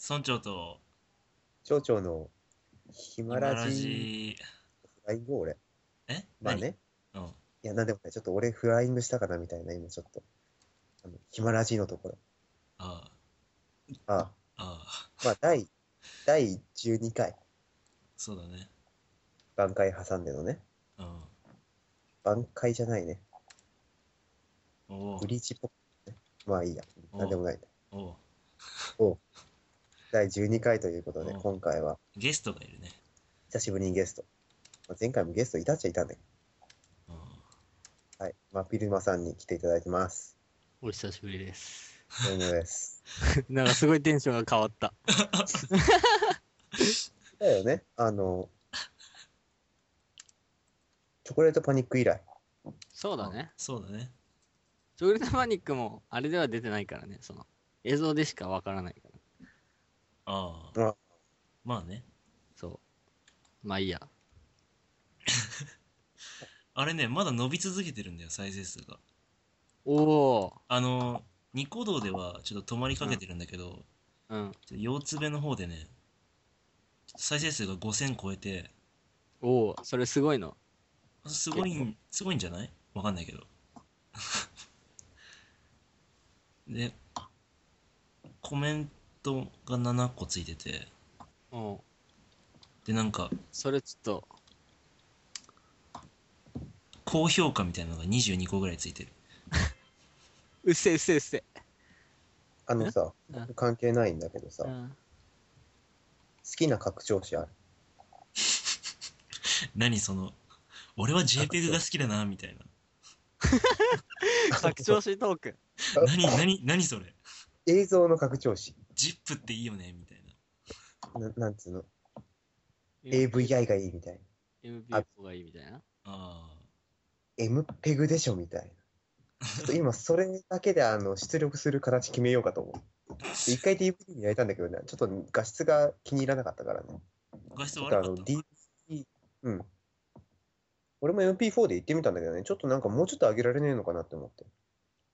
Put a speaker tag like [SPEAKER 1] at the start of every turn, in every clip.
[SPEAKER 1] 村長と
[SPEAKER 2] 町長のヒマ
[SPEAKER 1] 今
[SPEAKER 2] ラ
[SPEAKER 1] ラ
[SPEAKER 2] ジ
[SPEAKER 1] ジ
[SPEAKER 2] フライング俺。
[SPEAKER 1] え
[SPEAKER 2] まあ
[SPEAKER 1] 何、
[SPEAKER 2] ね。
[SPEAKER 1] うん
[SPEAKER 2] いや、なんでもない。ちょっと俺フライングしたかなみたいな、今ちょっと。あのヒマラジのところ。
[SPEAKER 1] あ
[SPEAKER 2] あ
[SPEAKER 1] あああ
[SPEAKER 2] あまあ、第、第12回。
[SPEAKER 1] そうだね
[SPEAKER 2] 挽回挟んでのね。
[SPEAKER 1] うん
[SPEAKER 2] 挽回じゃないね。
[SPEAKER 1] お
[SPEAKER 2] ブリーチっぽく、ね。まあいいや。
[SPEAKER 1] お
[SPEAKER 2] なんでもない。
[SPEAKER 1] おおう
[SPEAKER 2] 第12回ということで、
[SPEAKER 1] お
[SPEAKER 2] 今回は
[SPEAKER 1] ゲストがいるね、
[SPEAKER 2] 久しぶりにゲスト。まあ、前回もゲストいたっちゃいたんだけ
[SPEAKER 1] うん、
[SPEAKER 2] ど。はい。まあ、ピルマさんに来ていただいて ます。
[SPEAKER 3] お久しぶりです。
[SPEAKER 2] どうもです。
[SPEAKER 3] なんかすごいテンションが変わった。
[SPEAKER 2] だよね。あの、チョコレートパニック以来。
[SPEAKER 3] そうだね。
[SPEAKER 1] そうだね
[SPEAKER 3] チョコレートパニックもあれでは出てないからね。その映像でしかわからないから。
[SPEAKER 1] ああ
[SPEAKER 2] あ
[SPEAKER 1] まあね
[SPEAKER 3] そう。まあいいや。
[SPEAKER 1] あれねまだ伸び続けてるんだよ再生数が
[SPEAKER 3] おお
[SPEAKER 1] あのニコ動ではちょっと止まりかけてるんだけど、
[SPEAKER 3] ー。うん。
[SPEAKER 1] ちょっと四つ目の方でねちょっと再生数が5000超えて
[SPEAKER 3] おお。それすごいの。
[SPEAKER 1] すごいん、すごいんじゃないわかんないけど。 で、コメントが7個ついてて、
[SPEAKER 3] うん。
[SPEAKER 1] で、なんか、
[SPEAKER 3] それちょっと。
[SPEAKER 1] 高評価みたいなのが22個ぐらいついてる。
[SPEAKER 3] うっせえうっせえうっせ
[SPEAKER 2] あのさ
[SPEAKER 3] うん、
[SPEAKER 2] 関係ないんだけど
[SPEAKER 3] え。
[SPEAKER 2] さ、
[SPEAKER 3] う
[SPEAKER 2] 好
[SPEAKER 3] ん。
[SPEAKER 2] きな拡張子ある。
[SPEAKER 1] 何その、俺は JPEG が好きだな、みたい
[SPEAKER 3] 拡張子トー ク。
[SPEAKER 1] な。何、何、何それ。
[SPEAKER 2] 映像の拡張子。
[SPEAKER 1] ZIP っていいよね、みたいな。
[SPEAKER 2] ななんつうの。AVI がいいみたい
[SPEAKER 3] m p 4がいいみたいな。
[SPEAKER 1] あ
[SPEAKER 2] な。MPEG でしょみたいな。ちょっと今、それだけであの出力する形決めようかと思う。で一回 DVD に焼いたんだけどね、ちょっと画質が気に入らなかったからね。
[SPEAKER 1] あ。画質
[SPEAKER 2] ちょっとあ
[SPEAKER 1] 悪かっ
[SPEAKER 2] の
[SPEAKER 1] たの
[SPEAKER 2] DVD、うん。俺も MP4 で行ってみたんだけどね、ちょっとなんかもうちょっと上げられねえのかなって思って。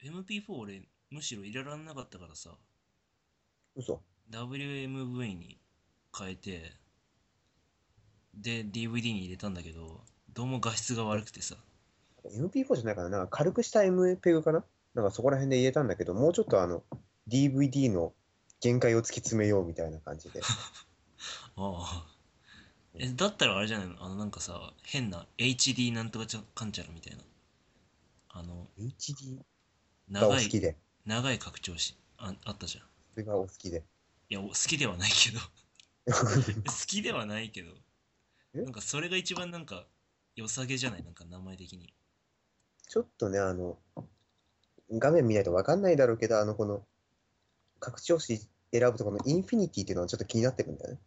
[SPEAKER 1] MP4 俺、むしろ入れられなかったからさ、
[SPEAKER 2] 嘘。
[SPEAKER 1] WMV に変えてで DVD に入れたんだけどどうも画質が悪くてさ
[SPEAKER 2] MP4 じゃないかな、なんか軽くした MPEG かななんかそこら辺で入れたんだけど、もうちょっとあの、DVD の限界を突き詰めようみたいな感じで。
[SPEAKER 1] ああえだったらあれじゃないのあのなんかさ変な HD なんとかちゃかんちゃらみたいなあの
[SPEAKER 2] HD がお
[SPEAKER 1] 長
[SPEAKER 2] 好き
[SPEAKER 1] い
[SPEAKER 2] で、
[SPEAKER 1] 長い拡張子ああったじゃん
[SPEAKER 2] それがお好きで。
[SPEAKER 1] いやお好きではないけど好きではないけど
[SPEAKER 2] え
[SPEAKER 1] なんかそれが一番なんか良さげじゃないなんか名前的に
[SPEAKER 2] ちょっとね、あの、画面見ないとわかんないだろうけど、あの、この、拡張子選ぶとこのインフィニティっていうのはちょっと気になってくんだよね。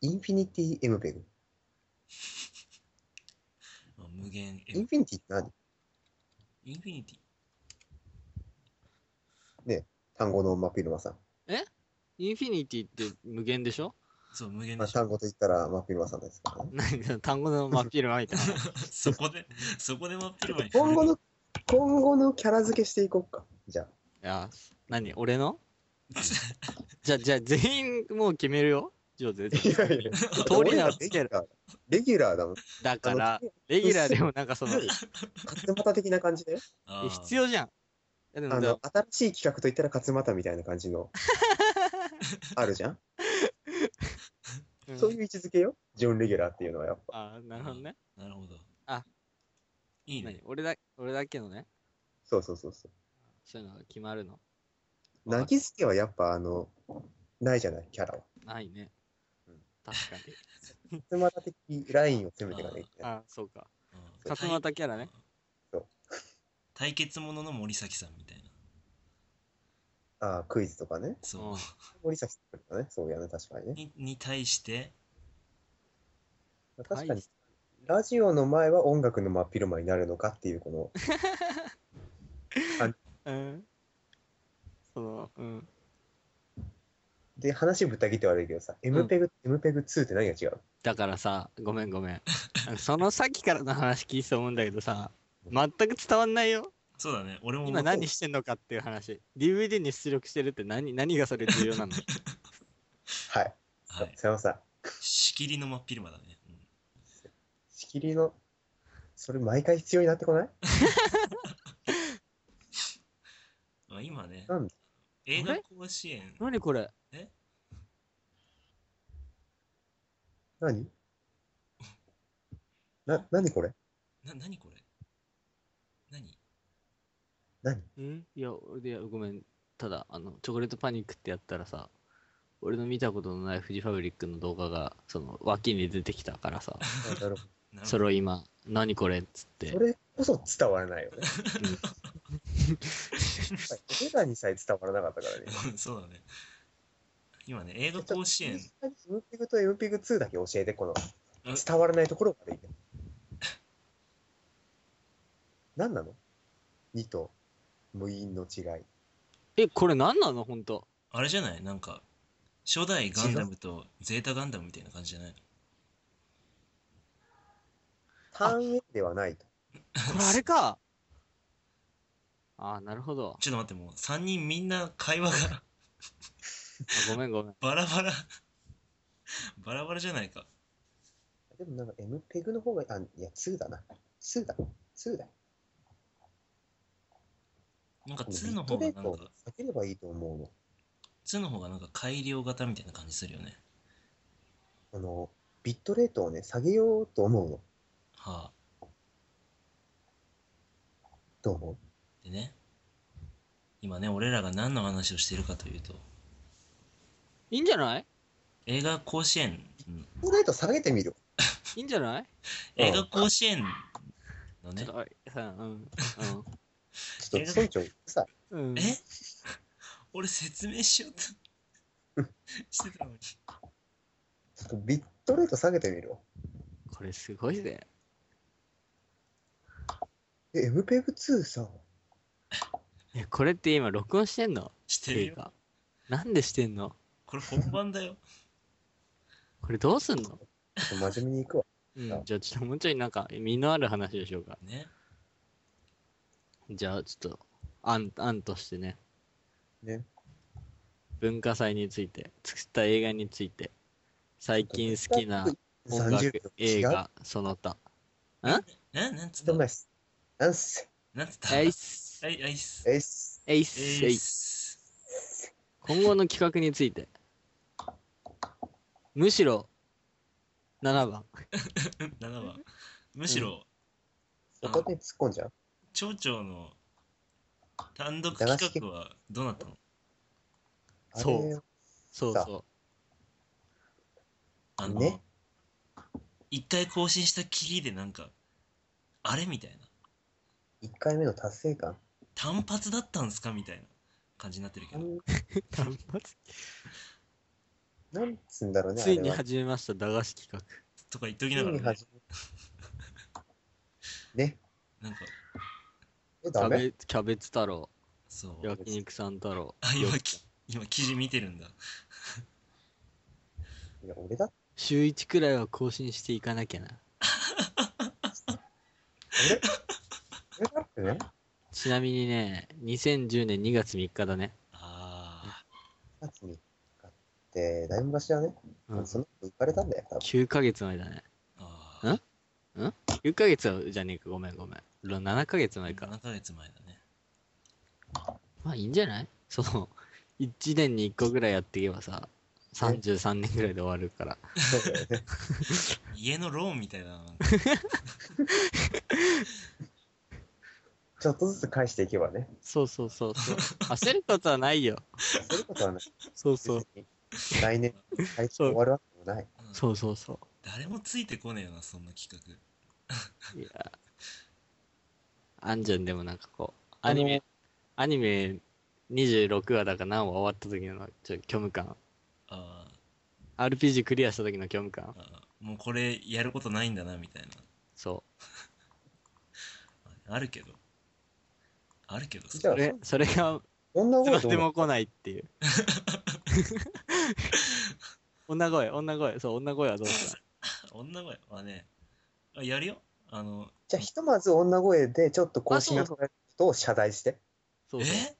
[SPEAKER 2] インフィニティ MPEG。
[SPEAKER 1] まあ無限え
[SPEAKER 2] インフィニティって何
[SPEAKER 1] インフィニティ
[SPEAKER 2] 単語のマピルマさん。
[SPEAKER 3] インフィニティって無限でしょ
[SPEAKER 1] そう無限
[SPEAKER 2] ま
[SPEAKER 1] で
[SPEAKER 2] あ、
[SPEAKER 1] しょ
[SPEAKER 2] 単語と言ったらマピルマさんですからね。
[SPEAKER 3] 何その単語の真っ昼間み たいな。
[SPEAKER 1] そこでそこで待ってる 前に
[SPEAKER 2] 今後の、今後のキャラ付けしていこうか。じゃあ。
[SPEAKER 3] いや、何俺 のじゃ、じゃ、全員もう決めるよ。ジョー絶対
[SPEAKER 2] いやいや、
[SPEAKER 3] 通り名をつける。
[SPEAKER 2] レギュラーだもん。
[SPEAKER 3] だか
[SPEAKER 2] あ
[SPEAKER 3] ら、レギュラーでもなんかその、
[SPEAKER 2] 勝俣的な感じだよ。
[SPEAKER 1] あー
[SPEAKER 3] 必要じゃん。えでも
[SPEAKER 2] あ
[SPEAKER 3] だ
[SPEAKER 2] の、新しい企画といったら勝俣みたいな感じ の、あるじゃん。
[SPEAKER 3] うん
[SPEAKER 2] そういう位置づけよ。ジョン・レギュラーっていうのはやっぱ。
[SPEAKER 3] あー、なるほどね。
[SPEAKER 1] なるほど。
[SPEAKER 3] あ
[SPEAKER 1] いい
[SPEAKER 3] 何
[SPEAKER 1] ね。
[SPEAKER 3] 俺だ、俺だけのね、
[SPEAKER 2] そうそうそうそ
[SPEAKER 3] そういうのが決まるの。
[SPEAKER 2] う。なぎすけはやっぱあの、ないじゃない、キャラは。
[SPEAKER 3] ないね
[SPEAKER 2] うん。
[SPEAKER 3] 確か に。
[SPEAKER 2] 勝俣的ラインを攻めていかないといけない。
[SPEAKER 3] あー、そうか。
[SPEAKER 1] うん
[SPEAKER 3] 勝俣キャラね。
[SPEAKER 2] そう。
[SPEAKER 1] 対決ものの森崎さんみたいな。
[SPEAKER 2] ああ、クイズとかね。
[SPEAKER 1] そう
[SPEAKER 3] うん。
[SPEAKER 2] 森崎さんとかね。そうやね、確かにね。
[SPEAKER 1] にに対して、
[SPEAKER 2] 確か
[SPEAKER 3] は
[SPEAKER 2] に
[SPEAKER 3] い、
[SPEAKER 2] ラジオの前は音楽の真っ昼間になるのかっていう、この、
[SPEAKER 3] うん。その、うん。
[SPEAKER 2] で、話ぶった切って悪いけどさ、
[SPEAKER 3] ん
[SPEAKER 2] MPEG、MPEG2 って何が違う
[SPEAKER 3] だからさ、ごめんごめん。あのそのさっきからの話聞いてたと思うんだけどさ、全く伝わんないよ。
[SPEAKER 1] そうだね。俺も思
[SPEAKER 3] 今
[SPEAKER 1] った
[SPEAKER 3] 何してんのかっていう話。DVD に出力してるって何、何がそれ重要なの
[SPEAKER 2] はい。
[SPEAKER 1] はい。
[SPEAKER 2] 佐山さん、
[SPEAKER 1] 仕切りの真っ昼間だね。うん
[SPEAKER 2] 仕切りの、それ毎回必要になってこない
[SPEAKER 1] まあ、今ね
[SPEAKER 2] なん、
[SPEAKER 1] 映画
[SPEAKER 3] あれ
[SPEAKER 1] 甲子園、
[SPEAKER 3] 何これ
[SPEAKER 2] 何な、何これ
[SPEAKER 1] な、何これ何
[SPEAKER 2] 何
[SPEAKER 3] んいや、俺で、いやごめん。ただ、あの、チョコレートパニックってやったらさ、俺の見たことのないフジファブリックの動画が、その、脇に出てきたから さ、
[SPEAKER 2] あなるほど
[SPEAKER 1] なるほど
[SPEAKER 3] それを今、何これっつって
[SPEAKER 2] そ、れこそ伝わらない よね。
[SPEAKER 3] うん
[SPEAKER 2] 俺らにさえ伝わらなかったから ね。
[SPEAKER 1] そうだね。今ね、映画甲子園、
[SPEAKER 2] ムピグと m ピグ2だけ教えて、この
[SPEAKER 1] うん
[SPEAKER 2] 伝わらないところまでいいね。何なの ?2 と無音の違い。
[SPEAKER 3] え、これ何なのほんと。
[SPEAKER 1] あれじゃないなんか、初代ガンダムとゼータガンダムみたいな感じじゃないの
[SPEAKER 2] ターン A ではないと。
[SPEAKER 3] これあれか。あー、なるほど。
[SPEAKER 1] ちょっと待って、もう3人みんな会話が
[SPEAKER 3] あごめんごめん。
[SPEAKER 1] バラバラ。バラバラじゃないか。
[SPEAKER 2] でもなんか m ペグの方が、あ、いや、2だな。2だ。2だ。
[SPEAKER 1] なんか
[SPEAKER 2] ビ
[SPEAKER 1] 2の方
[SPEAKER 2] ット
[SPEAKER 1] が
[SPEAKER 2] レー
[SPEAKER 1] な
[SPEAKER 2] ト
[SPEAKER 1] ん
[SPEAKER 2] を
[SPEAKER 1] か、
[SPEAKER 2] 避ければいいと思うの。
[SPEAKER 1] 2の方がなんか改良型みたいな感じするよね。
[SPEAKER 2] あの、ビットレートをね、下げようと思うの。
[SPEAKER 1] はあ。
[SPEAKER 2] どう思う
[SPEAKER 1] でね、今ね、俺らが何の話をしてるかというと、
[SPEAKER 3] いいんじゃない
[SPEAKER 1] 映画甲子園、うん
[SPEAKER 2] ビットレート下げてみる。
[SPEAKER 3] いいんじゃない
[SPEAKER 1] 映画甲子園の
[SPEAKER 3] ちょ
[SPEAKER 1] ね
[SPEAKER 3] っ、と、おいさ、うん、うん。
[SPEAKER 2] ちょっと村長、さ、
[SPEAKER 3] うん、
[SPEAKER 1] え俺説明しようと してたのに。
[SPEAKER 2] ちょっとビットレート下げてみるわ。
[SPEAKER 3] これすごいぜ。
[SPEAKER 2] え、m ペグ2さ、
[SPEAKER 3] え、これって今録音してんの
[SPEAKER 1] してる
[SPEAKER 3] 映
[SPEAKER 1] よ。
[SPEAKER 3] 画。なんでしてんの
[SPEAKER 1] これ本番だよ。
[SPEAKER 3] これどうすんの、
[SPEAKER 2] ちょっと真面目に行く わ。
[SPEAKER 3] うん、じゃあちょっともうちょいなんか身のある話をしようか。
[SPEAKER 1] ね。
[SPEAKER 3] じゃあちょっと案案としてね
[SPEAKER 2] ね。
[SPEAKER 3] 文化祭について作った映画について最近好きな音
[SPEAKER 2] 30
[SPEAKER 3] 楽
[SPEAKER 2] 秒
[SPEAKER 3] 映
[SPEAKER 2] 違う
[SPEAKER 3] 画そ の他
[SPEAKER 1] な、なんつっ
[SPEAKER 2] ど
[SPEAKER 1] た
[SPEAKER 2] んなです。なんす。
[SPEAKER 1] なんつった
[SPEAKER 3] エイ
[SPEAKER 1] い、
[SPEAKER 3] ス
[SPEAKER 1] アイス。
[SPEAKER 2] えっす。
[SPEAKER 3] エイ
[SPEAKER 1] エ
[SPEAKER 3] スエ
[SPEAKER 1] イ
[SPEAKER 3] イス
[SPEAKER 1] ス。
[SPEAKER 3] 今後の企画についてむしろ7番
[SPEAKER 1] 7番。むしろ、
[SPEAKER 2] そこで突っ込んじゃう
[SPEAKER 1] 町長の単独企画はどうなったの
[SPEAKER 3] そう
[SPEAKER 2] あれ
[SPEAKER 3] そうそ
[SPEAKER 1] あの、
[SPEAKER 2] ね
[SPEAKER 1] 一回更新したきりでなんか、あれみたいな。
[SPEAKER 2] 一回目の達成感。
[SPEAKER 1] 単発だったんすかみたいな感じになってるけ
[SPEAKER 2] な
[SPEAKER 1] ど。
[SPEAKER 2] ん
[SPEAKER 3] う 単発
[SPEAKER 2] なんつうんだろうね、あ
[SPEAKER 3] つい
[SPEAKER 2] れ
[SPEAKER 3] に
[SPEAKER 2] は。
[SPEAKER 3] 始めました駄菓子企
[SPEAKER 1] とか言っときながら、ね、
[SPEAKER 2] ついにめ。ね。
[SPEAKER 1] なんか、
[SPEAKER 2] え、ダ
[SPEAKER 3] 画キャ
[SPEAKER 2] メ
[SPEAKER 3] ベキャベツ太郎
[SPEAKER 1] そう。
[SPEAKER 3] 焼肉さん太郎
[SPEAKER 1] あ、
[SPEAKER 3] よ
[SPEAKER 1] 今き、今記事見てるんだ。
[SPEAKER 2] いや、俺だって、
[SPEAKER 3] 週1くらいは更新していかなきゃな
[SPEAKER 2] 俺だってね。
[SPEAKER 3] ちなみにね、2010年2月3日だね。
[SPEAKER 1] あ
[SPEAKER 2] 2月に買って、だいぶ昔だね。
[SPEAKER 3] うん、
[SPEAKER 2] その子浮かれたんだよ、多分。
[SPEAKER 3] 9ヶ月前だね。
[SPEAKER 1] ーあー。
[SPEAKER 3] 9ヶ月はじゃねえか、ごめんごめん。ろ7ヶ月前か。
[SPEAKER 1] 7ヶ月前だね。
[SPEAKER 3] まあいいんじゃないその、1年に1個ぐらいやっていけばさ、33年ぐらいで終わるから。
[SPEAKER 2] そうだ よね。
[SPEAKER 1] 家のローンみたいだななんか。
[SPEAKER 2] ちょっとずつ返していけばね。
[SPEAKER 3] そうそうそうそう。焦ることはないよ。
[SPEAKER 2] そういうことはない。
[SPEAKER 3] そうそう。
[SPEAKER 2] 別に来年、会長終わるわけもない。
[SPEAKER 1] うん
[SPEAKER 3] そうそうそ
[SPEAKER 1] 誰もついてこねえよな、そんな企画。
[SPEAKER 3] う。いや。あんじゃんでもなんかこう、アニメ、アニメ26話だか何話終わった時のちょ虚無感。
[SPEAKER 1] あ
[SPEAKER 3] RPG クリアした時の虚無感
[SPEAKER 1] ー。あー、もうこれやることないんだな、みたいな。
[SPEAKER 3] そう。
[SPEAKER 1] あるけど。あるけどさ
[SPEAKER 2] じゃあ
[SPEAKER 3] それ、それが、
[SPEAKER 2] 女
[SPEAKER 3] いつ
[SPEAKER 2] 声
[SPEAKER 3] ま
[SPEAKER 2] ど
[SPEAKER 3] で
[SPEAKER 2] う思う
[SPEAKER 3] も来ないっ ていう。女声、女声、そう、女声はどうした
[SPEAKER 1] 女声はね、あやるよ。あの、
[SPEAKER 2] じゃあ、ひとまず女声でちょっと更新
[SPEAKER 3] あ
[SPEAKER 2] が
[SPEAKER 3] そう
[SPEAKER 2] ことを謝罪して。
[SPEAKER 3] そうそう。
[SPEAKER 1] え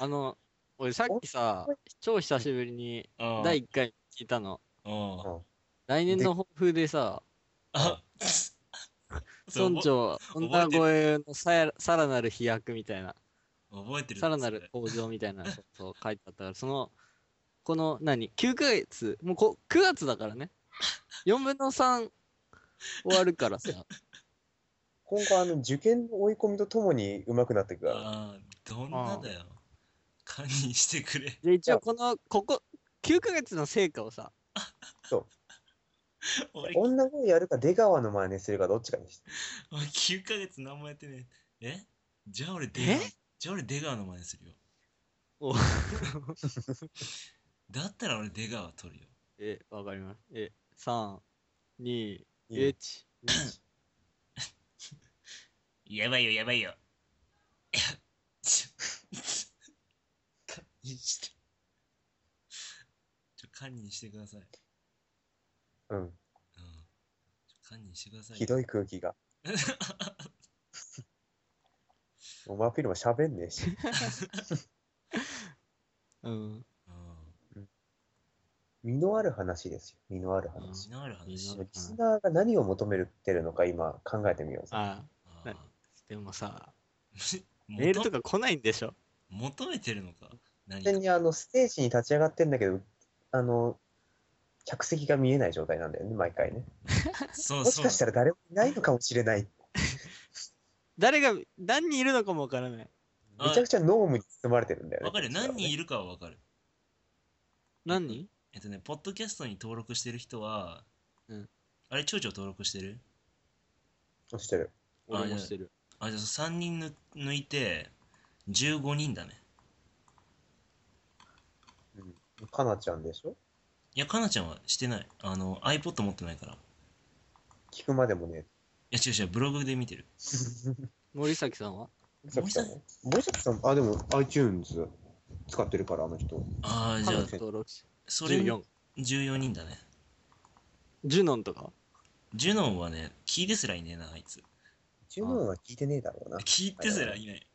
[SPEAKER 3] あの、俺さっきさ、超久しぶりに
[SPEAKER 1] あ
[SPEAKER 3] 第1回聞いたの。
[SPEAKER 1] あ
[SPEAKER 3] 来年の抱負でさ、
[SPEAKER 1] あ。そう
[SPEAKER 3] 村長、
[SPEAKER 1] 覚
[SPEAKER 3] 女
[SPEAKER 1] えてる
[SPEAKER 3] 声のさやさらなる飛躍みたいな、
[SPEAKER 1] 覚えてる
[SPEAKER 3] さらなる向上みたいなことを書いてあったから、その、この何、9ヶ月、もうこ9月 だからね。4分の3終わるから さ、
[SPEAKER 2] 今後、あの、受験の追い込みとともに上手くなっていくから。
[SPEAKER 1] ああ、どんなだよ。堪忍してくれ。
[SPEAKER 3] で一応この、ここ、9ヶ月の成果をさ、
[SPEAKER 1] 俺、俺
[SPEAKER 2] 女声やるか出川の真似するかどっちかにして。
[SPEAKER 1] 9ヶ月何もやってねえ。えじゃあ俺出
[SPEAKER 3] え
[SPEAKER 1] 川、じゃあ俺出川の真似するよ。
[SPEAKER 3] お
[SPEAKER 1] だったら俺出川取るよ。
[SPEAKER 3] え、わかります。え、3、2、
[SPEAKER 2] いい
[SPEAKER 3] 1、
[SPEAKER 1] やばいよ、やばいよ。いやちょ堪忍して。ちょ、堪忍してください。うん。ち
[SPEAKER 2] うん。
[SPEAKER 1] ょ堪忍してください。
[SPEAKER 2] ひどい空気 が。お前フィルム喋んねえし。
[SPEAKER 3] うん。
[SPEAKER 1] う
[SPEAKER 2] 身のある話ですよ。身のある
[SPEAKER 1] ん。
[SPEAKER 2] 話。
[SPEAKER 1] しながら話し
[SPEAKER 3] うん
[SPEAKER 1] よう
[SPEAKER 2] リスナーが何を求めてるのか今考えてみようぜ。
[SPEAKER 3] あ
[SPEAKER 1] あ ー
[SPEAKER 3] なでもさ、メ
[SPEAKER 1] メ
[SPEAKER 3] ールとか来ないんでしょ
[SPEAKER 1] 求めてるのか何
[SPEAKER 2] 完全にあのステージに立ち上がってんだけど、あの、客席が見えない状態なんだよね、毎回ね。
[SPEAKER 1] そう
[SPEAKER 2] もし
[SPEAKER 1] そう
[SPEAKER 2] かしたら誰もいないのかもしれない。
[SPEAKER 3] 誰が、何人いるのかもわからない。
[SPEAKER 1] あ
[SPEAKER 2] めちゃくちゃノームに包まれてるんだよね。
[SPEAKER 1] わかるよ
[SPEAKER 2] こっちは
[SPEAKER 1] 何人い
[SPEAKER 2] ね
[SPEAKER 1] るかはわかる
[SPEAKER 3] 何人
[SPEAKER 1] えっとねポッドキャストに登録してる人は、
[SPEAKER 3] うん
[SPEAKER 1] あれ蝶々登録してる
[SPEAKER 2] 押してる。
[SPEAKER 3] 俺もしてる。
[SPEAKER 1] あじゃあ3人ぬ抜いて15人だね
[SPEAKER 2] うん。かなちゃんでしょ
[SPEAKER 1] いやかなちゃんはしてないあの iPod 持ってないからい
[SPEAKER 2] 聞くまでもね。
[SPEAKER 1] や違う違うブログで見てる
[SPEAKER 3] 森崎さんは
[SPEAKER 2] さっきさんも森崎さん、あ、でも iTunes 使ってるから、あの人。
[SPEAKER 1] ああじゃ
[SPEAKER 3] 彼
[SPEAKER 1] あ
[SPEAKER 3] 女登録者
[SPEAKER 1] それ
[SPEAKER 3] 14。
[SPEAKER 1] 14人だね
[SPEAKER 3] ジュノンとか
[SPEAKER 1] ジュノンはね聞いてすらいねえなあいつ
[SPEAKER 2] 十分は聞いてねえだろうな。
[SPEAKER 1] 聞いてすらいない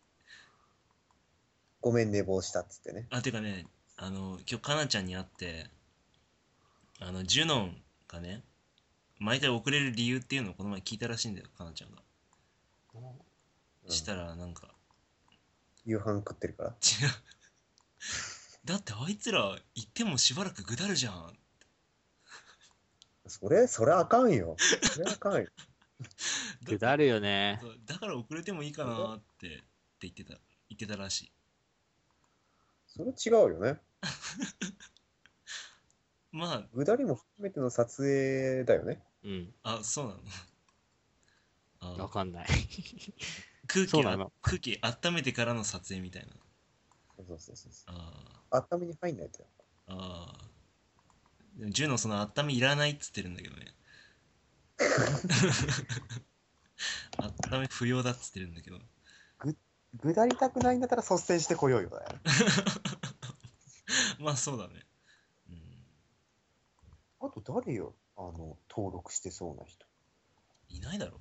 [SPEAKER 2] ごめん、寝坊したっつってね。
[SPEAKER 1] あてかねあの今日かなちゃんに会ってあのジュノンがね毎回遅れる理由っていうのをこの前聞いたらしいんだよかなちゃんが
[SPEAKER 2] うん
[SPEAKER 1] したらなんか、
[SPEAKER 2] 夕飯食ってるから。
[SPEAKER 1] 違う だってあいつら行ってもしばらくぐだるじゃん
[SPEAKER 2] それ、それあかんよ。それあかんよ。
[SPEAKER 1] だ
[SPEAKER 3] だるよね。
[SPEAKER 1] そうだから遅れてもいいかなーってって言ってた言ってたらしい
[SPEAKER 2] それ違うよね。
[SPEAKER 1] ま
[SPEAKER 2] ぐだりも含めての撮影だよね。
[SPEAKER 3] うん。
[SPEAKER 1] ああそうなのあ
[SPEAKER 3] わかんない。
[SPEAKER 1] 空
[SPEAKER 3] そう
[SPEAKER 1] 気
[SPEAKER 3] な
[SPEAKER 1] あ
[SPEAKER 3] の
[SPEAKER 1] 空気温めてからの撮影みたいな
[SPEAKER 2] そうそうそうそう。
[SPEAKER 1] ああ
[SPEAKER 2] 温めに入んないとよ。
[SPEAKER 1] ああ。でも、ジュノその温めいらないっつってるんだけどね。温め不要だっつってるんだけど。
[SPEAKER 2] ぐだりたくないんだったら率先してこようよだよ。
[SPEAKER 1] まあそうだね。うん。
[SPEAKER 2] あと誰よ、あの、登録してそうな人。
[SPEAKER 1] いないだろ。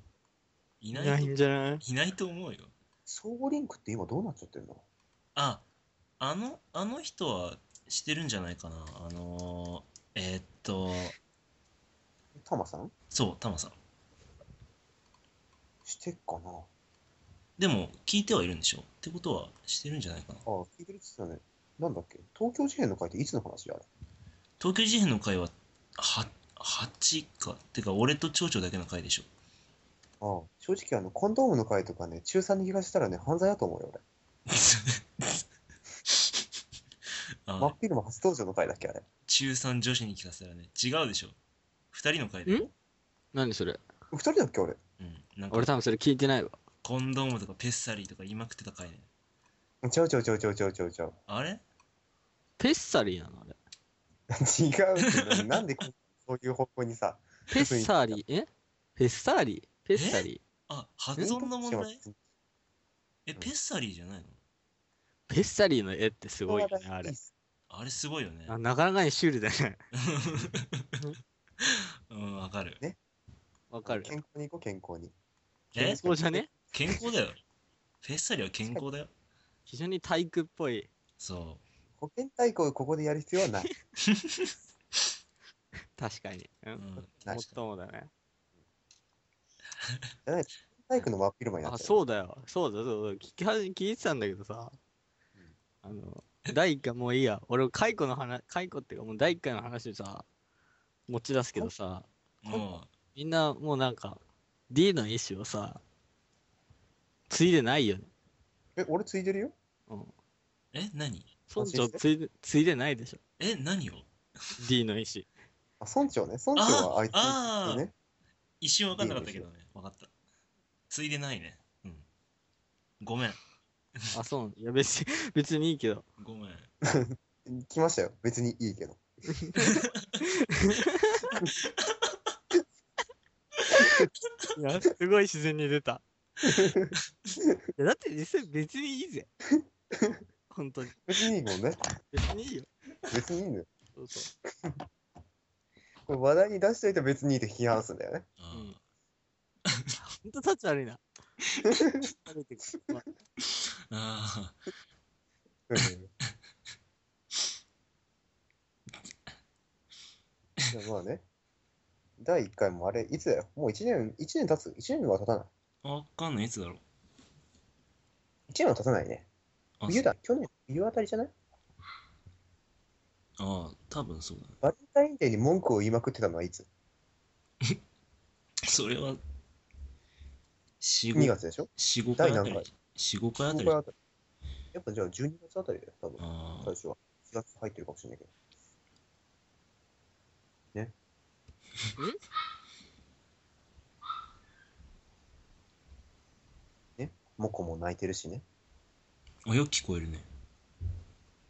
[SPEAKER 1] い
[SPEAKER 3] い
[SPEAKER 1] ない
[SPEAKER 3] ないんじゃない
[SPEAKER 1] いないと思うよ。
[SPEAKER 2] ソーリンクって今どうなっちゃってんの
[SPEAKER 1] あ、あの、あの人はしてるんじゃないかな。あのー、えーっと、
[SPEAKER 2] タマさん
[SPEAKER 1] そう、タマさん。
[SPEAKER 2] してっかなあ
[SPEAKER 1] でも、聞いてはいるんでしょってことは、してるんじゃないかな。
[SPEAKER 2] 聞いてるっつってたね。なんだっけ東京事変の回っていつの話あれ
[SPEAKER 1] 東京事変の回は、は、8か。てか、俺と蝶々だけの回でしょ。
[SPEAKER 2] ああ正直あの、コンドームの回とかね、中3に聞かせたらね、犯罪だと思うよ、俺。
[SPEAKER 1] あ
[SPEAKER 2] 真っ昼間初登場の回だっけ、あれ。
[SPEAKER 1] 中3女子に聞かせたらね違うでしょ2人の回で
[SPEAKER 3] ん何それ
[SPEAKER 2] 二人だっけ、俺。
[SPEAKER 1] うんなんか
[SPEAKER 3] 俺多分それ聞いてないわ。
[SPEAKER 1] コンドームとかペッサリーとか言いまくってた回ね
[SPEAKER 2] ちゃうちゃうちゃうちゃうちゃうちゃうちゃう。
[SPEAKER 1] あれ
[SPEAKER 3] ペッサリーなのあれ。
[SPEAKER 2] 違うって なんでこうそういう方向にさ。
[SPEAKER 3] ペッサリーえペッサリーペッサリ
[SPEAKER 1] あ発音の問題え
[SPEAKER 2] ん
[SPEAKER 1] ペッサリーじゃないの
[SPEAKER 3] ーペッサリーの絵ってす
[SPEAKER 2] す
[SPEAKER 3] ごいよね、あれ。
[SPEAKER 1] あれすごいよね
[SPEAKER 3] あなかなかにシュールだね。
[SPEAKER 1] うんわかる
[SPEAKER 3] わかる。
[SPEAKER 2] 健康に行こう、健康に。
[SPEAKER 1] え
[SPEAKER 3] そうじゃね
[SPEAKER 1] 健康だよペッサリーは健康だよ
[SPEAKER 3] 非常に体育っぽい。
[SPEAKER 1] そう
[SPEAKER 2] 保険対抗をここでやる必要はない。
[SPEAKER 3] 確かに。
[SPEAKER 1] う
[SPEAKER 3] う。
[SPEAKER 1] んん。
[SPEAKER 3] もっ
[SPEAKER 2] 確か
[SPEAKER 3] ともだね。
[SPEAKER 2] じゃないと、体育の真っ昼間になっ
[SPEAKER 3] あ、
[SPEAKER 2] ちゃう。
[SPEAKER 3] そうだよ。そうだ、そうだ。聞きはじ、聞いてたんだけどさ。あの、第一回もういいや。俺、解雇の話、解雇っていうか、もう第一回の話をさ、持ち出すけどさ、
[SPEAKER 1] も
[SPEAKER 3] みんなもうなんか、D の意思をさ、継いでないよね。
[SPEAKER 2] え、俺ついてるよ。
[SPEAKER 3] うん。
[SPEAKER 1] う、え、何
[SPEAKER 3] 村長継いで、継いでないでしょ。
[SPEAKER 1] え、何を
[SPEAKER 3] D の意思。
[SPEAKER 2] あ、村長ね。村長はあいつ
[SPEAKER 1] あー
[SPEAKER 2] ね。
[SPEAKER 1] 一瞬分かんなかったけどね。分かった。ついでないね。うん。ごめん。
[SPEAKER 3] あ、そう。いや、別に、 別にいいけど。
[SPEAKER 1] ごめん。
[SPEAKER 2] 来ましたよ。別にいいけど。
[SPEAKER 3] いや、すごい自然に出た。いやだって実際別にいいぜ。本当に。
[SPEAKER 2] 別にいいもんね。
[SPEAKER 3] 別にいいよ。
[SPEAKER 2] 別にいいのよ。
[SPEAKER 3] そうそ
[SPEAKER 2] これ話題に出しといて別にいいって批判するんだよね。
[SPEAKER 1] あ
[SPEAKER 3] うん
[SPEAKER 1] ー
[SPEAKER 3] う。本当タッチ悪いな。悪いっていうかまあ
[SPEAKER 1] あー。
[SPEAKER 2] うん いやまあね。第1回もあれ、いつだよ。もう1年、一年経つ ?1 年は経たない。
[SPEAKER 1] 分かんない。いつだろう。
[SPEAKER 2] 1年は経たないね。
[SPEAKER 1] あ
[SPEAKER 2] 冬だ。去年、冬あたりじゃない
[SPEAKER 1] ああ、多分そうだね。
[SPEAKER 2] バレンタインデーに文句を言いまくってたのはいつ
[SPEAKER 1] それは、四
[SPEAKER 2] ?2
[SPEAKER 1] 五
[SPEAKER 2] 月でしょ
[SPEAKER 1] 四五回あた
[SPEAKER 2] 第何
[SPEAKER 1] り。四五回あた
[SPEAKER 2] 5
[SPEAKER 1] り
[SPEAKER 2] 回。あたり。やっぱじゃあ12月あたりだよ、多分。
[SPEAKER 1] あ
[SPEAKER 2] 最初は。4月入ってるかもしれないけど。ね。 ね。モコも泣いてるしね。
[SPEAKER 1] あ。あ、よく聞こえるね。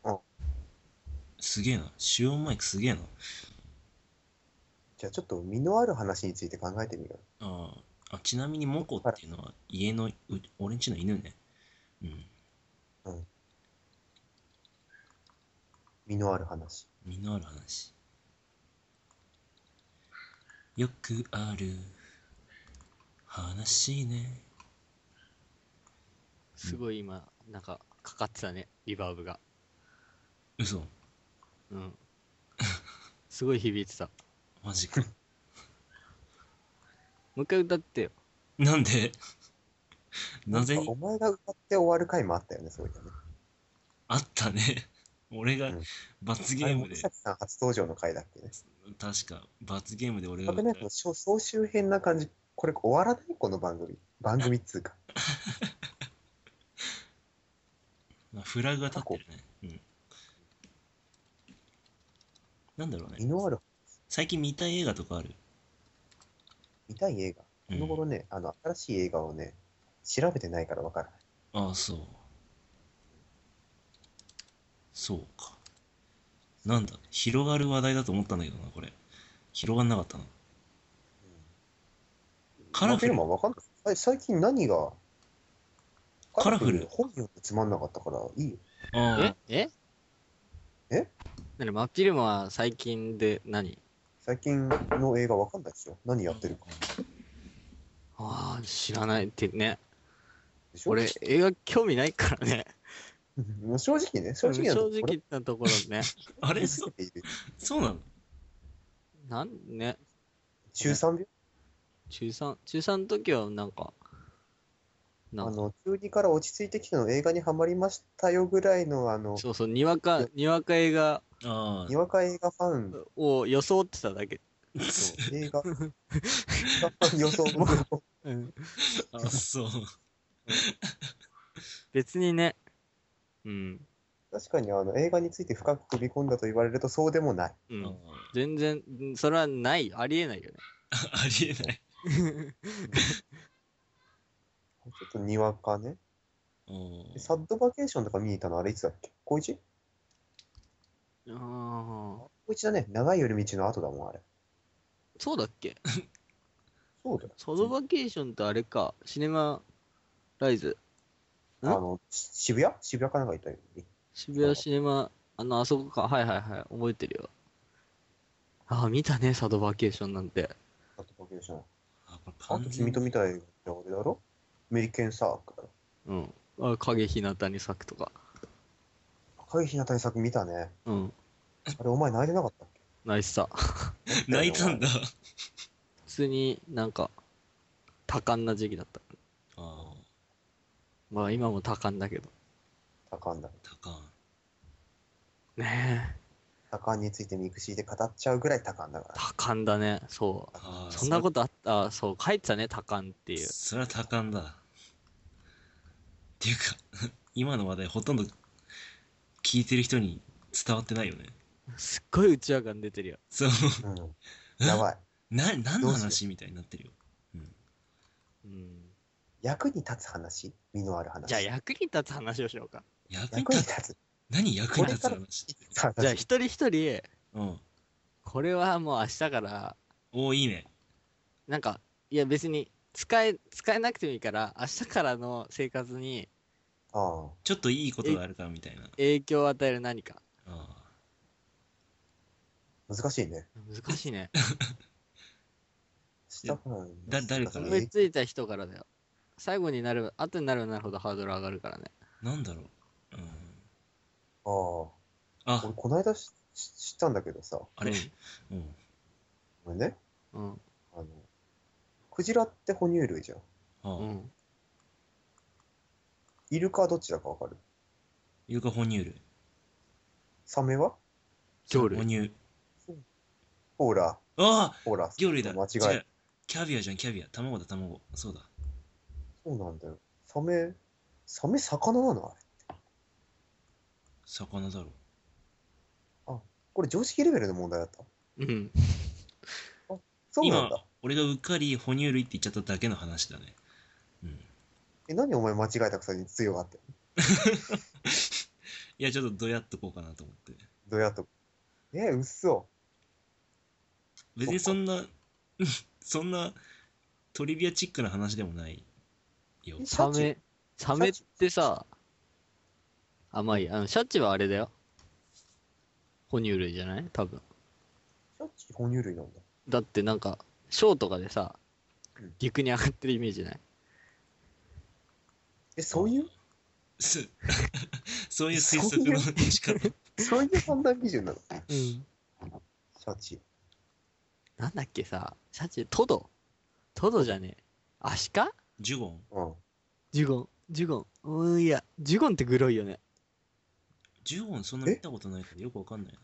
[SPEAKER 2] あ
[SPEAKER 1] すげえな。主要マイクすげえな。
[SPEAKER 2] じゃあちょっと身のある話について考えてみよ
[SPEAKER 1] ああ。あ、ちなみにモコっていうのは家の、う俺んちの犬ね。うん。
[SPEAKER 2] う。身のある話。
[SPEAKER 1] 身のある話。よくある話ね。
[SPEAKER 3] すごい今、なんか、かかってたね。リバーブが。
[SPEAKER 1] 嘘。
[SPEAKER 3] うん。すごい響いてた。
[SPEAKER 1] マジか。
[SPEAKER 3] もう一回歌ってよ。
[SPEAKER 1] なんでなぜ
[SPEAKER 2] なん
[SPEAKER 1] に
[SPEAKER 2] かお前が歌って終わる回もあったよね、そういうのね。
[SPEAKER 1] あったね。俺が
[SPEAKER 2] うん
[SPEAKER 1] 罰ゲ
[SPEAKER 2] あれ、
[SPEAKER 1] ーム
[SPEAKER 2] 森
[SPEAKER 1] で、
[SPEAKER 2] 崎さん初登場の回だっけね。
[SPEAKER 1] 確か罰ゲームで俺
[SPEAKER 2] あ
[SPEAKER 1] が
[SPEAKER 2] となんかしょ総集編な感じ。これ終わらないこの番組。番組っつうか。
[SPEAKER 1] まあフラグが立ってるね。うん。なんだろう
[SPEAKER 2] 身
[SPEAKER 1] ね。
[SPEAKER 2] のある
[SPEAKER 1] 最近見たい映画とかある
[SPEAKER 2] 見たい映画。この頃ね、あの、新しい映画をね、調べてないからわからない。
[SPEAKER 1] ああ、そう。そうか。なんだ、広がる話題だと思ったんだけどな、これ。広がんなかったな。カラフル
[SPEAKER 2] マわかんないさい。最近何が
[SPEAKER 1] カラフル
[SPEAKER 2] 本読んでつまんなかったからいいよ。
[SPEAKER 1] あ
[SPEAKER 3] ええ
[SPEAKER 2] え
[SPEAKER 3] なに、真っ昼間は最近で何
[SPEAKER 2] 最近の映画わかんないでしょ何
[SPEAKER 1] あ。
[SPEAKER 2] やってるか。
[SPEAKER 3] ああ、知らないってね。
[SPEAKER 2] でしょ
[SPEAKER 3] 俺、映画興味ないからね。
[SPEAKER 2] もう正直ね、正直なと
[SPEAKER 3] 正
[SPEAKER 2] こ俺
[SPEAKER 3] 直なところね。
[SPEAKER 1] あ
[SPEAKER 2] 見
[SPEAKER 1] れ、そ
[SPEAKER 2] 続けている
[SPEAKER 1] そうなの
[SPEAKER 3] なんね、
[SPEAKER 2] 中3秒
[SPEAKER 3] 中3、中3の時はなんか、な
[SPEAKER 2] あ
[SPEAKER 3] んか
[SPEAKER 2] の、急にから落ち着いてきたの映画にはまりましたよぐらいの、あの、
[SPEAKER 3] そうそう、にわか、にわか映画
[SPEAKER 1] あ
[SPEAKER 2] にわか映画ファンの
[SPEAKER 3] を装ってただけ。
[SPEAKER 2] 映画、映画ファン予想も、
[SPEAKER 3] うん、
[SPEAKER 1] あ、あそう。
[SPEAKER 3] 別にね、うん、
[SPEAKER 2] 確かにあの映画について深く踏み込んだと言われるとそうでもない。
[SPEAKER 3] う
[SPEAKER 1] あ
[SPEAKER 3] ん、全然、うんそれはない、ありえないよね。
[SPEAKER 1] あありえない。
[SPEAKER 2] ちょっとにわかね。
[SPEAKER 1] お
[SPEAKER 2] でサッドバケーションとか見に行ったのあれいつだっけ高 1?
[SPEAKER 3] ああ、
[SPEAKER 2] 高1だね。長い夜道の後だもん、あれ。
[SPEAKER 3] そうだっけ
[SPEAKER 2] そうだよ。
[SPEAKER 3] ソロバケーションってあれか、シネマライズ、ん
[SPEAKER 2] あの、し渋谷渋谷かなんか行ったよ。
[SPEAKER 3] 渋谷シネマ、あの、あそこか、はいはいはい、覚えてるよ。ああ、見たね、サドバケーションなんて。
[SPEAKER 2] サッドバケーション。
[SPEAKER 1] あ、これ
[SPEAKER 2] あ
[SPEAKER 1] 完
[SPEAKER 2] と
[SPEAKER 1] 全
[SPEAKER 2] 君
[SPEAKER 1] に
[SPEAKER 2] と見たい映画ってあれだろアメリケンサークだろ。
[SPEAKER 3] うん。あ影ひなたに咲くとか。
[SPEAKER 2] あ高い日向対策見たね。
[SPEAKER 3] うん。
[SPEAKER 2] あれ、お前泣いてなかったっけ
[SPEAKER 3] ナイスさ。
[SPEAKER 1] 泣いたんだ。
[SPEAKER 3] 普通になんか、多感な時期だった。
[SPEAKER 1] ああ、
[SPEAKER 3] まあ今も多感だけど。
[SPEAKER 2] 高んだ。
[SPEAKER 1] 高ん。
[SPEAKER 3] ねえ。
[SPEAKER 2] 高んについてミクシーで語っちゃうぐらい高んだから。
[SPEAKER 3] 多感だね。そう。
[SPEAKER 1] ああ、
[SPEAKER 3] そんなことあった、あそう、書いてたね、多感っていう。
[SPEAKER 1] それは多感だ。っていうか、 今の話題ほとんど聞いてる人に伝わってないよね。
[SPEAKER 3] すっごいうちわ感出てるよ。
[SPEAKER 1] そう、
[SPEAKER 2] うん。やばい。
[SPEAKER 1] な、何の
[SPEAKER 2] どうする
[SPEAKER 1] 話みたいになってるよ。うん。
[SPEAKER 3] うん。
[SPEAKER 2] 役に立つ話身のある話。
[SPEAKER 3] じゃあ役に立つ話をしようか。
[SPEAKER 1] 役に
[SPEAKER 2] 役に
[SPEAKER 1] 立つ、
[SPEAKER 2] 立つ。
[SPEAKER 1] 何役に立つ
[SPEAKER 2] これから
[SPEAKER 1] 話
[SPEAKER 2] さあ
[SPEAKER 3] じゃあ一人一人、
[SPEAKER 1] うん。
[SPEAKER 3] これはもう明日から、
[SPEAKER 1] おーいいね。
[SPEAKER 3] なんか、いや別に、使え、使えなくてもいいから、明日からの生活に
[SPEAKER 2] ああ
[SPEAKER 1] ちょっといいことがあるかみたいな。
[SPEAKER 3] 影響を与える何か。
[SPEAKER 1] ああ。
[SPEAKER 2] 難しいね。
[SPEAKER 3] 難し いね。
[SPEAKER 2] した分
[SPEAKER 1] だ誰から
[SPEAKER 3] 思いついた人からだよ。最後になる、後になるなるほどハードル上がるからね。
[SPEAKER 1] なんだろう。うん。
[SPEAKER 2] ああ。
[SPEAKER 1] あ
[SPEAKER 2] 俺、、この間しし知ったんだけどさ、
[SPEAKER 1] あれ。うん。
[SPEAKER 2] これね、
[SPEAKER 3] うん。
[SPEAKER 2] あの、クジラって哺乳類じゃん。
[SPEAKER 1] あ
[SPEAKER 3] う
[SPEAKER 1] あ。
[SPEAKER 3] ん。
[SPEAKER 2] イルカはどっちだかわかる
[SPEAKER 1] 有価哺乳類。
[SPEAKER 2] サメは
[SPEAKER 3] 魚類
[SPEAKER 1] 哺乳。
[SPEAKER 2] ほら、
[SPEAKER 1] ああ
[SPEAKER 2] ほら、
[SPEAKER 1] 魚類だ。
[SPEAKER 2] 間違
[SPEAKER 1] 違
[SPEAKER 2] え
[SPEAKER 1] う。キャビアじゃん、キャビア。卵だ、卵。そうだ。
[SPEAKER 2] そうなんだよ。サメ、サメ魚なのあれ。
[SPEAKER 1] 魚だろう。
[SPEAKER 2] これ常識レベルの問題だった。
[SPEAKER 3] うん。
[SPEAKER 2] そうなん
[SPEAKER 1] 今
[SPEAKER 2] だ。、
[SPEAKER 1] 俺がうっかり哺乳類って言っちゃっただけの話だね。うん。
[SPEAKER 2] え、何お前間違えたくさに強がって。
[SPEAKER 1] いや、ちょっとどやっとこうかなと思って。
[SPEAKER 2] どうやっと。え、うっそ。
[SPEAKER 1] 別にそんな、うん そんなトリビアチックな話でもないよ。
[SPEAKER 2] え
[SPEAKER 3] サ
[SPEAKER 2] シャチ
[SPEAKER 3] メ、サメってさ、あ、まあいい。あの、シャチはあれだよ。哺乳類じゃない多分。
[SPEAKER 2] シャチ哺乳類なんだ。
[SPEAKER 3] だってなんか、ショーとかでさ
[SPEAKER 2] うん、
[SPEAKER 3] 陸に上がってるイメージない
[SPEAKER 2] え、そういう
[SPEAKER 1] すそういう推測の仕方。
[SPEAKER 2] そういう判断基準なのシ
[SPEAKER 3] うん。
[SPEAKER 2] ャチ。
[SPEAKER 3] なんだっけさ、シャチ、トドトドじゃねえ。アシカ
[SPEAKER 1] ジュゴン
[SPEAKER 2] うん。
[SPEAKER 3] ジュゴン。ジュゴン。うーん、いや、ジュゴンってグロいよね。
[SPEAKER 1] ジュゴンそんな見たことないからよくわかんないな。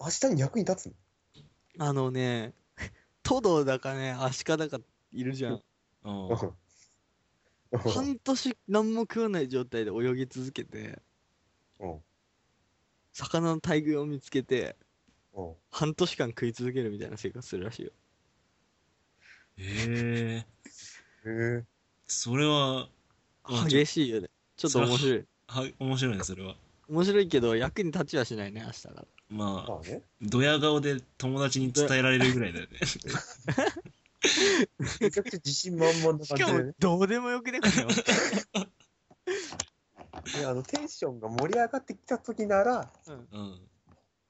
[SPEAKER 2] 明日に役に立つの
[SPEAKER 3] あのね、トドだかね、アシカだかいるじゃん。
[SPEAKER 1] あ
[SPEAKER 2] う
[SPEAKER 1] あ
[SPEAKER 2] んうん
[SPEAKER 3] 半年何も食わない状態で泳ぎ続けて、
[SPEAKER 2] うん。
[SPEAKER 3] 魚の大群を見つけて、
[SPEAKER 2] うん。
[SPEAKER 3] 半年間食い続けるみたいな生活するらしいよ。
[SPEAKER 1] へえ、
[SPEAKER 2] へえ。
[SPEAKER 1] それは、あ
[SPEAKER 3] 激しいよね。ちょっと面白い。
[SPEAKER 1] は面白いね、それは。
[SPEAKER 3] 面白いけど、役に立ちはしないね、明日から。
[SPEAKER 1] まあ
[SPEAKER 2] ま、あ ね。
[SPEAKER 1] ドヤ顔で友達に伝えられるぐらいだよね。
[SPEAKER 2] めちゃくちゃ自信満々な
[SPEAKER 3] し
[SPEAKER 2] 感
[SPEAKER 3] か
[SPEAKER 2] じでね
[SPEAKER 3] も、。どうでもよくね、こ れは。
[SPEAKER 2] であのテンションが盛り上がってきた時なら、
[SPEAKER 1] うん。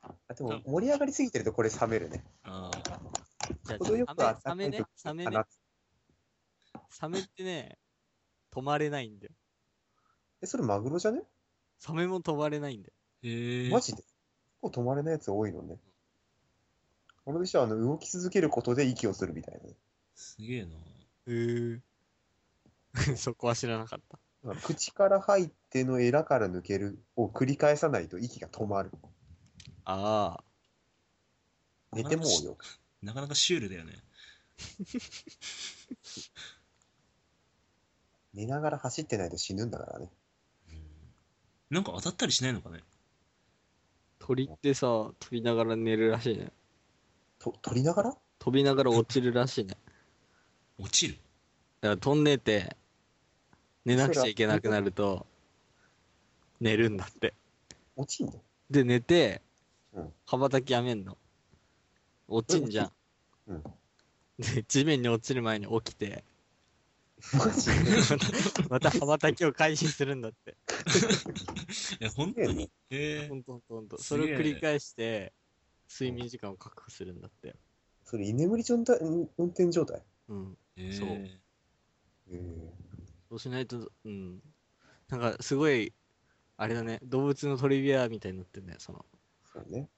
[SPEAKER 2] あでも盛り上がりすぎてるとこれ冷めるね。
[SPEAKER 1] ああ、
[SPEAKER 3] じゃ
[SPEAKER 2] 程よく
[SPEAKER 3] あ、
[SPEAKER 2] 温
[SPEAKER 3] サ
[SPEAKER 2] か
[SPEAKER 3] メ
[SPEAKER 2] い
[SPEAKER 3] ね
[SPEAKER 2] 時、
[SPEAKER 3] サメ
[SPEAKER 2] か
[SPEAKER 3] ね
[SPEAKER 2] な、
[SPEAKER 3] サメってね、止まれないんだよ。
[SPEAKER 2] え、それマグロじゃね
[SPEAKER 3] サメも止まれないんだよ。
[SPEAKER 1] へえ。
[SPEAKER 2] マジで結構止まれないやつ多いのね。俺としてはあの動き続けることで息をするみたいなね。
[SPEAKER 1] すげえな。
[SPEAKER 3] うー。 そこは知らなかった。
[SPEAKER 2] だから口から入ってのエラから抜けるを繰り返さないと息が止まる。
[SPEAKER 3] ああ。
[SPEAKER 2] 寝てもうよ。
[SPEAKER 1] なかなかシュールだよね。
[SPEAKER 2] 寝ながら走ってないと死ぬんだからね。
[SPEAKER 1] うんなんか当たったりしないのかね
[SPEAKER 3] 鳥ってさ、飛びながら寝るらしいね。
[SPEAKER 2] と、取りながら
[SPEAKER 3] 飛びながら落ちるらしいね。
[SPEAKER 1] 落ちる
[SPEAKER 3] だから飛んでて、寝なくちゃいけなくなると、寝るんだって。
[SPEAKER 2] 落ちんの
[SPEAKER 3] で、寝て
[SPEAKER 2] うん、
[SPEAKER 3] 羽ばたきやめんの。落ちんじゃん。
[SPEAKER 2] うん。
[SPEAKER 3] で、地面に落ちる前に起きて、
[SPEAKER 2] マジで
[SPEAKER 3] また羽ばたきを開始するんだって。
[SPEAKER 1] え、本当にへえ
[SPEAKER 3] ほ。んとほんとほんと。
[SPEAKER 1] す
[SPEAKER 3] そ
[SPEAKER 1] げえ
[SPEAKER 3] れを繰り返して、睡眠時間を確保するんだって。
[SPEAKER 2] それ居眠り状態運転状態
[SPEAKER 3] うん。
[SPEAKER 1] へえ
[SPEAKER 3] そう
[SPEAKER 2] へえ
[SPEAKER 3] そうしないと、うん。なんか、すごい、ああれだね、動物のトリビアみたいになってんだよ、その。
[SPEAKER 2] そうね。